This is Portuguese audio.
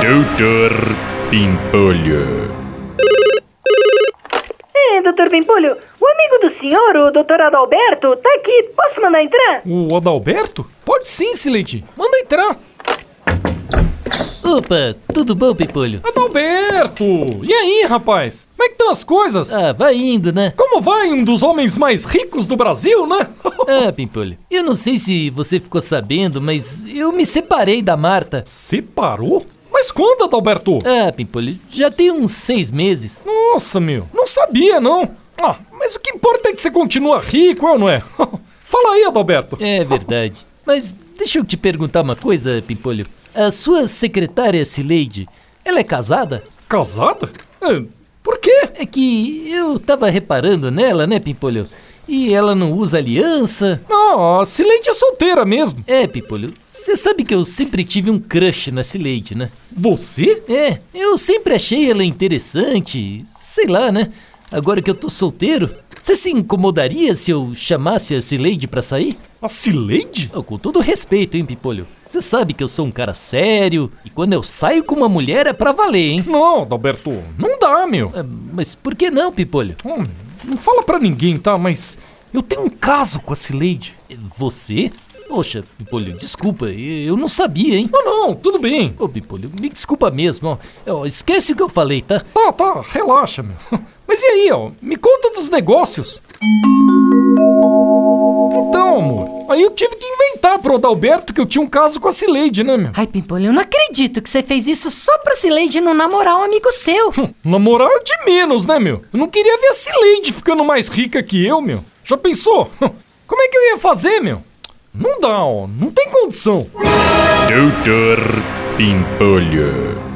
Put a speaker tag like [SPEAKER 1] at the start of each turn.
[SPEAKER 1] Doutor Pimpolho.
[SPEAKER 2] É, doutor Pimpolho, o amigo do senhor, o doutor Adalberto, tá aqui. Posso mandar entrar?
[SPEAKER 3] O Adalberto? Pode sim, Silente. Manda entrar.
[SPEAKER 4] Opa, tudo bom, Pimpolho?
[SPEAKER 3] Adalberto! E aí, rapaz? Como é que estão as coisas?
[SPEAKER 4] Ah, vai indo, né?
[SPEAKER 3] Como vai um dos homens mais ricos do Brasil, né?
[SPEAKER 4] Ah, Pimpolho, eu não sei se você ficou sabendo, mas eu me separei da Marta.
[SPEAKER 3] Separou? Mas quando, Adalberto?
[SPEAKER 4] Ah, Pimpolho, já tem uns seis meses.
[SPEAKER 3] Nossa, meu, não sabia, não. Ah, mas o que importa é que você continua rico, é ou não é? Fala aí, Adalberto.
[SPEAKER 4] É verdade. Mas deixa eu te perguntar uma coisa, Pimpolho. A sua secretária Cileide, ela é casada?
[SPEAKER 3] Casada? É, por quê?
[SPEAKER 4] É que eu tava reparando nela, né, Pimpolho? E ela não usa aliança.
[SPEAKER 3] Não, a Cileide é solteira mesmo.
[SPEAKER 4] É, Pimpolho, você sabe que eu sempre tive um crush na Cileide, né?
[SPEAKER 3] Você?
[SPEAKER 4] É, eu sempre achei ela interessante, sei lá, né? Agora que eu tô solteiro, você se incomodaria se eu chamasse a Cileide pra sair?
[SPEAKER 3] A Cileide?
[SPEAKER 4] Ô, com todo respeito, hein, Pimpolho? Você sabe que eu sou um cara sério e quando eu saio com uma mulher é pra valer, hein?
[SPEAKER 3] Não, Adalberto, não dá, meu.
[SPEAKER 4] Ah, Mas por que não, Pimpolho?
[SPEAKER 3] Hum, não fala pra ninguém, tá? Mas eu tenho um caso com a Cileide.
[SPEAKER 4] É, Você? Poxa, Pimpolho, desculpa, e- eu não sabia, hein?
[SPEAKER 3] Não, não, tudo bem.
[SPEAKER 4] Ô, Pimpolho, me desculpa mesmo, ó. ó. Esquece o que eu falei, tá?
[SPEAKER 3] Tá, tá, relaxa, meu. Mas e aí, ó? Me conta dos negócios. Então, amor, aí eu tive que inventar pro Adalberto que eu tinha um caso com a Cileide, né, meu?
[SPEAKER 5] Ai, Pimpolho, eu não acredito que você fez isso só pra Cileide não namorar um amigo seu.
[SPEAKER 3] Na moral é de menos, né, meu? Eu não queria ver a Cileide ficando mais rica que eu, meu. Já pensou? Como é que eu ia fazer, meu? Não dá, ó. Não tem condição.
[SPEAKER 1] Doutor Pimpolho.